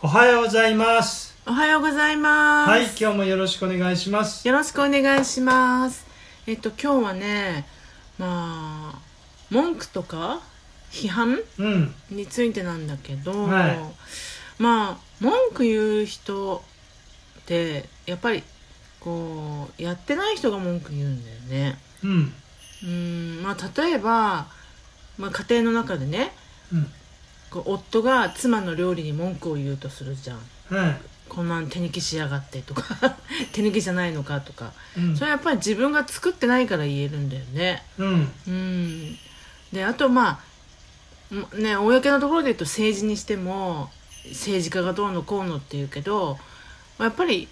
おはようございます。おはようございます。はい、今日もよろしくお願いします。よろしくお願いします。えっと今日はね、まあ文句とか批判うん、についてなんだけど、はいまあ文句言う人ってやっぱりこうやってない人が文句言うんだよね。うん、うん、まあ例えばまあ家庭の中でね、うん、こう夫が妻の料理に文句を言うとするじゃん。はい、こんなん手抜きしやがってとか 手抜きじゃないのかとかうんそれはやっぱり自分が作ってないから言えるんだよねうん、うんであとまあんね公のところで言うと政治にしても政治家がどうのこうのっていうけどまあやっぱり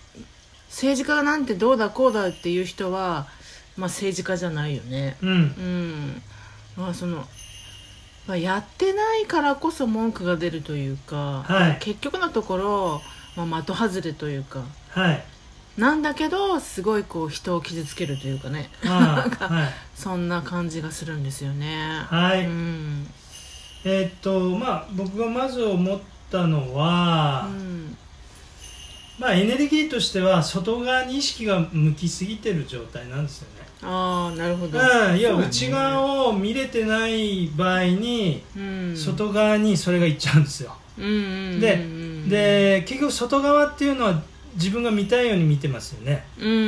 政治家がなんてどうだこうだっていう人は、まあ、政治家じゃないよねうんう、んまあその、まあ、やってないからこそ文句が出るというか、はい結局のところ、まあ、的外れというかはい、なんだけどすごいこう人を傷つけるというかねあーはい、そんな感じがするんですよね。はいうんえーっと、まあ、僕がまず思ったのうは、んまあ、エネルギーとしては外側に意識が向きすぎてる状態なんですよね。ああなるほど。うん、いや、そうだね内側を見れてない場合に、うん外側にそれがいっちゃうんですよ。うんうんうんでうん、で、結局外側っていうのは自分が見たいように見てますよね。うん、うんう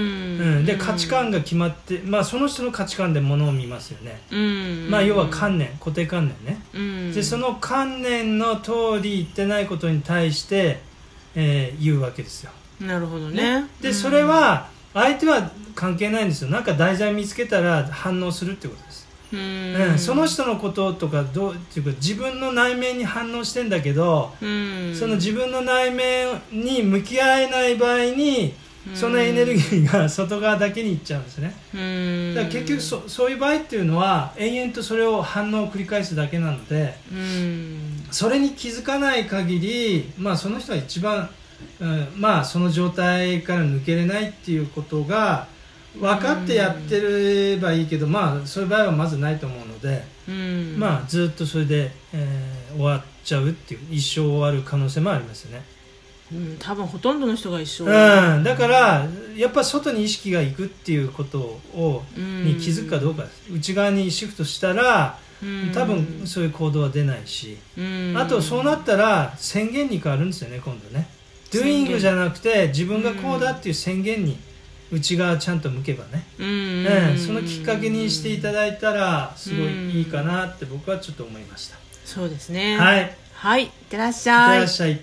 ん、で価値観が決まって、まあ、その人の価値観でものを見ますよね、うんまあ、要は観念固定観念ね、念でその観念の通り言ってないことに対して、えー言うわけですよ、なるほどね。うでんそれは相手は関係ないんですよなんか題材見つけたら反応するってことです、うんうんその人のこととかどうっていうか自分の内面に反応してんだけど、うんその自分の内面に向き合えない場合にそのエネルギーが外側だけにいっちゃうんですね、うんだから結局そそういう場合っていうのは延々とそれを反応を繰り返すだけなのでうんそれに気づかない限りまあその人は一番、うん、まあその状態から抜けれないっていうことが分かってやってればいいけどまあそういう場合はまずないと思うので、うんまあずっとそれで、えー終わっちゃうっていう一生終わる可能性もありますよね、うん、多分ほとんどの人が一緒うん、だからやっぱ外に意識がいくっていうことをに気づくかどうかです内側にシフトしたらうん多分そういう行動は出ないし、うんあとそうなったら宣言に変わるんですよね今度ね宣言 Doing じゃなくて自分がこうだっていう宣言に内側ちゃんと向けばね、ううんんそのきっかけにしていただいたらすごうんいいいかなって僕はちょっと思いました、そうですね、はいいいっはい、いってらっしてゃいらっしゃい